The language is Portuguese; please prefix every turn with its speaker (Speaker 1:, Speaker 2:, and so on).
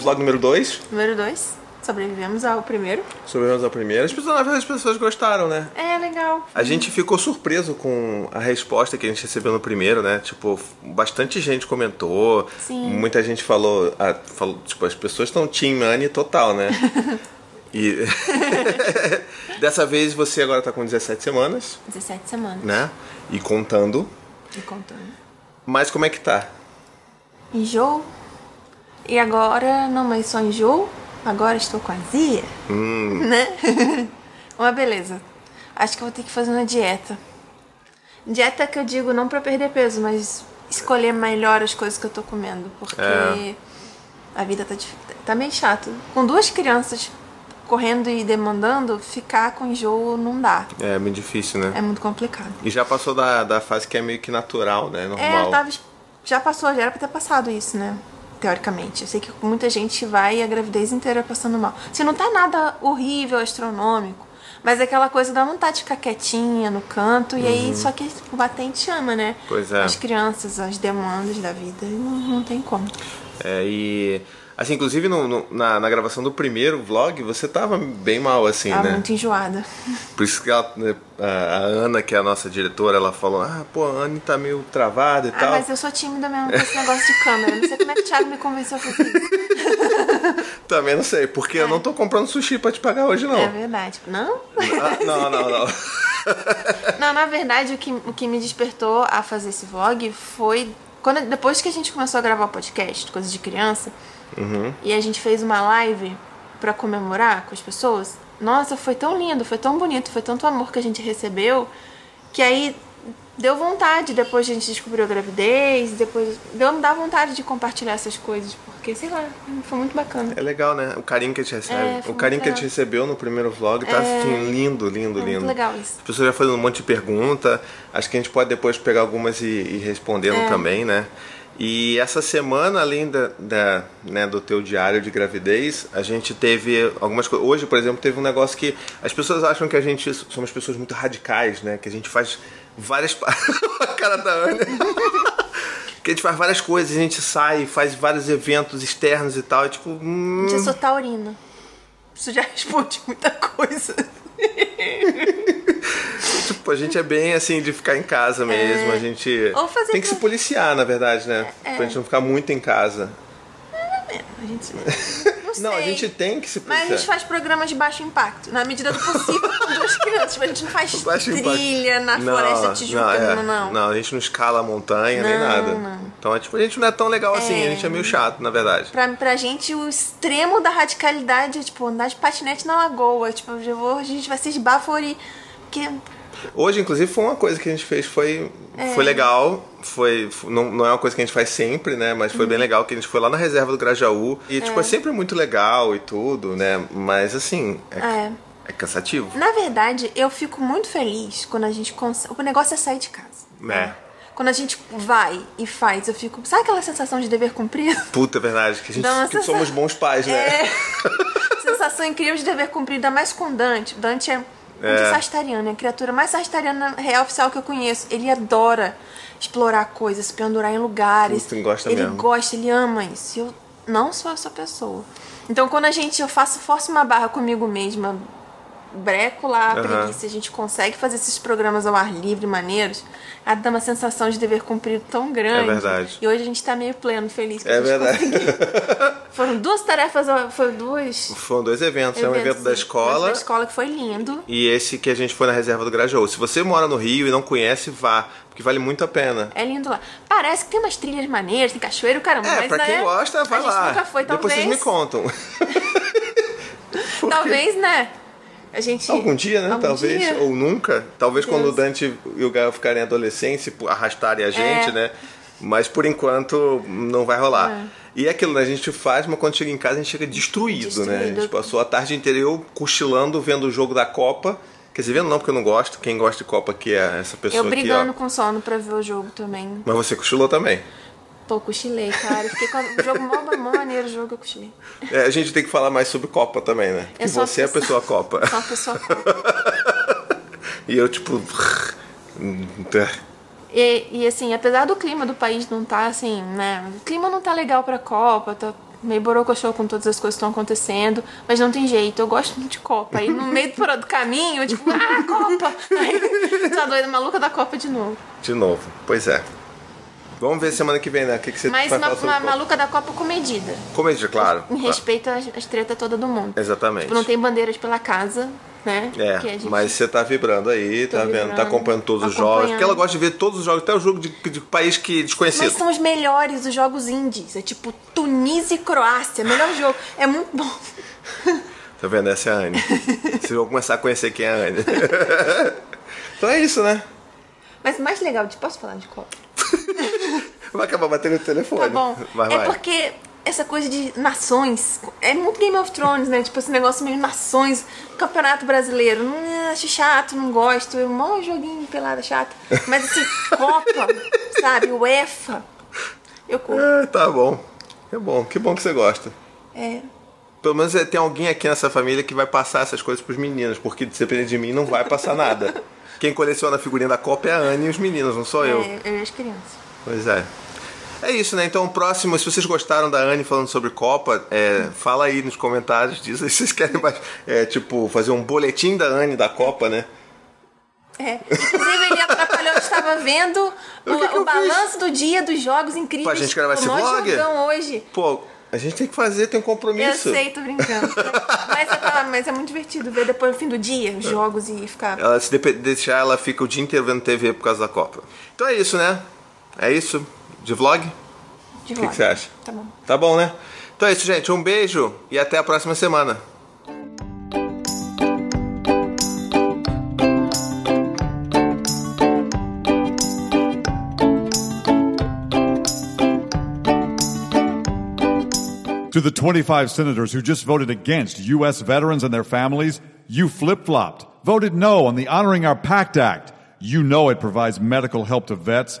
Speaker 1: vlog número 2.
Speaker 2: Ah, Número 2. Sobrevivemos ao primeiro.
Speaker 1: Sobrevivemos ao é primeiro. As pessoas, na verdade, as pessoas gostaram, né?
Speaker 2: É legal.
Speaker 1: A gente ficou surpreso com a resposta que a gente recebeu no primeiro, né? Tipo, bastante gente comentou.
Speaker 2: Sim.
Speaker 1: Muita gente falou, ah, falou tipo, as pessoas estão Team Anne total, né? e dessa vez você agora tá com 17 semanas,
Speaker 2: 17 semanas.
Speaker 1: né? E contando.
Speaker 2: E contando.
Speaker 1: Mas como é que tá?
Speaker 2: Enjoo. E agora, não, mas só enjoo. Agora estou com azia.
Speaker 1: Hum.
Speaker 2: Né? Uma beleza. Acho que eu vou ter que fazer uma dieta. Dieta que eu digo não pra perder peso, mas escolher melhor as coisas que eu tô comendo. Porque
Speaker 1: É.
Speaker 2: a vida tá, dif- tá meio chato. Com duas crianças correndo e demandando, ficar com enjoo não dá.
Speaker 1: É muito difícil, né?
Speaker 2: É muito complicado.
Speaker 1: E já passou da, da fase que é meio que natural, né?
Speaker 2: É,
Speaker 1: Normal.
Speaker 2: eu tava, já passou, já era pra ter passado isso, né? Teoricamente. Eu sei que muita gente vai a gravidez inteira passando mal. Se não tá nada horrível, astronômico, mas é aquela coisa da vontade de ficar quietinha no canto, e aí só que o batente ama, né?
Speaker 1: Uhum. Pois é.
Speaker 2: As crianças, as demandas da vida, e não, não tem como.
Speaker 1: É, e. Assim, inclusive no- no- na, na gravação do primeiro vlog, você tava bem mal, assim,
Speaker 2: Tá
Speaker 1: né?
Speaker 2: muito enjoada.
Speaker 1: Por isso que ela- né, a, a Ana, que é a nossa diretora, ela falou: Ah, pô, a Ana tá meio travada e
Speaker 2: Ah,
Speaker 1: tal.
Speaker 2: mas eu sou tímida mesmo com esse negócio de câmera. Não sei como é que o Thiago me convenceu a fazer isso.
Speaker 1: Também não sei, porque eu não tô comprando sushi pra te pagar hoje, não.
Speaker 2: É verdade. Não?
Speaker 1: Ah, não, não, não.
Speaker 2: Não, na verdade, o que, o que me despertou a fazer esse vlog foi quando, depois que a gente começou a gravar o podcast, Coisas de Criança,
Speaker 1: Uhum.
Speaker 2: e a gente fez uma live pra comemorar com as pessoas. Nossa, foi tão lindo, foi tão bonito, foi tanto amor que a gente recebeu, que aí deu vontade, depois a gente descobriu a gravidez, depois deu dá vontade de compartilhar essas coisas, porque sei lá, foi muito bacana.
Speaker 1: É legal, né? O carinho que a gente recebe.
Speaker 2: É, foi
Speaker 1: o carinho
Speaker 2: muito
Speaker 1: que a
Speaker 2: legal.
Speaker 1: gente recebeu no primeiro vlog tá assim, lindo, lindo,
Speaker 2: É
Speaker 1: lindo.
Speaker 2: muito legal isso.
Speaker 1: As pessoas já fazendo um monte de pergunta. Acho que a gente pode depois pegar algumas e, e respondê-lo
Speaker 2: É.
Speaker 1: também, né? E essa semana, além da, da- né, do teu diário de gravidez, a gente teve algumas coisas. Hoje, por exemplo, teve um negócio que as pessoas acham que a gente somos pessoas muito radicais, né? Que a gente faz várias. pa- a cara da Ana. que a gente faz várias coisas, a gente sai, faz vários eventos externos e tal. E, tipo, hum,
Speaker 2: Gente, eu sou taurina. Isso já responde muita coisa.
Speaker 1: Tipo, a gente é bem assim de ficar em casa mesmo. A gente
Speaker 2: É. Ou fazer É.
Speaker 1: tem que se
Speaker 2: co-
Speaker 1: policiar, na verdade, né? Pra gente não ficar muito em casa.
Speaker 2: A gente.
Speaker 1: Não, a
Speaker 2: sei.
Speaker 1: gente tem que se
Speaker 2: Mas
Speaker 1: policiar.
Speaker 2: a gente faz programas de baixo impacto, na medida do possível com duas crianças. Mas a gente não faz
Speaker 1: Baixo impacto.
Speaker 2: trilha na
Speaker 1: Não,
Speaker 2: floresta tijuca,
Speaker 1: é.
Speaker 2: não, não.
Speaker 1: a gente não escala a montanha nem
Speaker 2: Não,
Speaker 1: nada.
Speaker 2: não.
Speaker 1: Então, é, tipo, a gente não é tão legal assim, a gente é meio chato, na verdade.
Speaker 2: Pra, pra gente, o extremo da radicalidade é, tipo, andar de patinete na lagoa. Tipo, eu já vou, a gente vai se esbaforir. Porque
Speaker 1: Hoje, inclusive, foi uma coisa que a gente fez, foi,
Speaker 2: É.
Speaker 1: foi legal. Foi, f- não, não é uma coisa que a gente faz sempre, né? Mas
Speaker 2: Uhum.
Speaker 1: foi bem legal que a gente foi lá na reserva do Grajaú. E, tipo, é sempre muito legal e tudo, né? Mas, assim, é,
Speaker 2: É.
Speaker 1: é cansativo.
Speaker 2: Na verdade, eu fico muito feliz quando a gente consegue. O negócio é sair de casa. né?
Speaker 1: É.
Speaker 2: Quando a gente vai e faz, eu fico. Sabe aquela sensação de dever cumprido?
Speaker 1: Puta, é verdade, que a gente
Speaker 2: Dá uma
Speaker 1: que
Speaker 2: sensa-
Speaker 1: somos bons pais, né?
Speaker 2: É. Sensação incrível de dever cumprido, ainda mais com Dante. Dante é muito sagitariano, é a criatura mais sagitariana real oficial que eu conheço. Ele adora explorar coisas, se pendurar em lugares.
Speaker 1: Putz, ele gosta
Speaker 2: ele
Speaker 1: mesmo.
Speaker 2: gosta, ele ama isso. Eu não sou essa pessoa. Então quando a gente, eu faço, forço uma barra comigo mesma, breco lá, a
Speaker 1: Aham.
Speaker 2: preguiça, a gente consegue fazer esses programas ao ar livre, maneiros, ah, dá uma sensação de dever cumprido tão grande.
Speaker 1: É verdade.
Speaker 2: E hoje a gente tá meio pleno, feliz. que
Speaker 1: É,
Speaker 2: a gente
Speaker 1: verdade.
Speaker 2: conseguiu. Foram duas tarefas, foram duas.
Speaker 1: Foram dois eventos, né? Um
Speaker 2: eventos,
Speaker 1: evento da
Speaker 2: sim.
Speaker 1: escola
Speaker 2: Da escola que foi lindo.
Speaker 1: e esse que a gente foi na reserva do Grajaú. Se você mora no Rio e não conhece, vá, porque vale muito a pena.
Speaker 2: É lindo lá. Parece que tem umas trilhas maneiras, tem cachoeiro, caramba.
Speaker 1: É,
Speaker 2: mas
Speaker 1: pra quem
Speaker 2: né,
Speaker 1: gosta, vai
Speaker 2: a
Speaker 1: lá.
Speaker 2: Gente nunca foi,
Speaker 1: Depois
Speaker 2: talvez.
Speaker 1: vocês me contam.
Speaker 2: Talvez, né? A gente.
Speaker 1: Algum dia, né?
Speaker 2: Algum
Speaker 1: talvez,
Speaker 2: dia.
Speaker 1: ou nunca. Talvez
Speaker 2: Deus.
Speaker 1: quando o Dante e o Gael ficarem adolescentes, pu- arrastarem a gente,
Speaker 2: É.
Speaker 1: né? Mas por enquanto não vai rolar. E é aquilo, né? A gente faz, mas quando chega em casa a gente chega destruído, né? A gente
Speaker 2: Destruído.
Speaker 1: passou a tarde inteira eu cochilando, vendo o jogo da Copa. Quer dizer, vendo não, porque eu não gosto. Quem gosta de Copa aqui é essa pessoa
Speaker 2: Eu brigando
Speaker 1: aqui, ó.
Speaker 2: com sono pra ver o jogo também.
Speaker 1: Mas você cochilou também.
Speaker 2: Pô, cochilei, cara. Eu Fiquei com a- o jogo mó, mó maneiro, o jogo eu cochilei.
Speaker 1: É, a gente tem que falar mais sobre Copa também, né? Porque
Speaker 2: Eu sou
Speaker 1: você é a pessoa Copa.
Speaker 2: Só uma pessoa
Speaker 1: E eu, tipo...
Speaker 2: E, e, assim, apesar do clima do país não tá assim, né? O clima não tá legal pra Copa, tá meio borocochô com todas as coisas que estão acontecendo, mas não tem jeito, eu gosto muito de Copa. Aí no meio do, do caminho, eu, tipo, ah, Copa! Aí, tá doida, maluca da Copa de novo.
Speaker 1: De novo, pois é. Vamos ver semana que vem, né? O que, que você
Speaker 2: Mas
Speaker 1: vai
Speaker 2: uma,
Speaker 1: falar sobre
Speaker 2: uma
Speaker 1: Copa?
Speaker 2: maluca da Copa comedida.
Speaker 1: Comédia, claro. Ah,
Speaker 2: Em respeito às, às treta toda do mundo.
Speaker 1: Exatamente.
Speaker 2: Tipo, não tem bandeiras pela casa, né?
Speaker 1: É,
Speaker 2: Que a gente-
Speaker 1: mas você tá vibrando aí, tá vendo? Tá
Speaker 2: vibrando,
Speaker 1: acompanhando todos os
Speaker 2: acompanhando.
Speaker 1: jogos. Porque ela gosta de ver todos os jogos, até o jogo de, de país que é desconhecido.
Speaker 2: Mas são os melhores os jogos indies. É tipo Tunísia e Croácia. Melhor jogo. É muito bom.
Speaker 1: Tá vendo? Essa é a Anne. Vocês vão começar a conhecer quem é a Anne. então é isso, né?
Speaker 2: Mas o mais legal de. Posso falar de Copa?
Speaker 1: Vai acabar batendo o telefone.
Speaker 2: Tá bom.
Speaker 1: Vai,
Speaker 2: é
Speaker 1: vai.
Speaker 2: porque essa coisa de nações. É muito Game of Thrones, né? Tipo esse negócio meio nações. Campeonato brasileiro. Não é, acho chato, não gosto. É mó joguinho pelada chata. Mas assim, Copa, sabe? UEFA. Eu curto.
Speaker 1: É, tá bom. É bom. Que bom que você gosta.
Speaker 2: É.
Speaker 1: Pelo menos é, tem alguém aqui nessa família que vai passar essas coisas pros meninos, porque se depender de mim não vai passar nada. Quem coleciona a figurinha da Copa é a Anne e os meninos, não sou eu.
Speaker 2: É, eu e as crianças.
Speaker 1: Pois é. É isso, né? Então, o próximo, se vocês gostaram da Anne falando sobre Copa, é, fala aí nos comentários disso. Aí Se vocês querem, mais, é, tipo, fazer um boletim da Anne da Copa, né?
Speaker 2: É. Inclusive, ele atrapalhou, eu estava vendo o,
Speaker 1: que que
Speaker 2: o
Speaker 1: eu
Speaker 2: balanço do dia dos jogos incríveis.
Speaker 1: Pra gente gravar
Speaker 2: o
Speaker 1: esse
Speaker 2: maior
Speaker 1: vlog?
Speaker 2: jogão hoje.
Speaker 1: Pô, a gente tem que fazer, tem um
Speaker 2: Eu
Speaker 1: compromisso.
Speaker 2: sei, tô brincando. mas, eu tava- mas é muito divertido ver depois no fim do dia os jogos e ficar.
Speaker 1: Ela, se depe- deixar, ela fica o dia inteiro vendo TV por causa da Copa. Então é isso, né? É isso. De vlog?
Speaker 2: de
Speaker 1: O que,
Speaker 2: vlog.
Speaker 1: que você acha?
Speaker 2: Tá bom.
Speaker 1: Tá bom, né? Então é isso, gente. Um beijo e até a próxima semana.
Speaker 3: To the 25 senators who just voted against U.S. veterans and their families, you flip flopped, voted no on the Honoring Our Pact Act. You know it provides medical help to vets,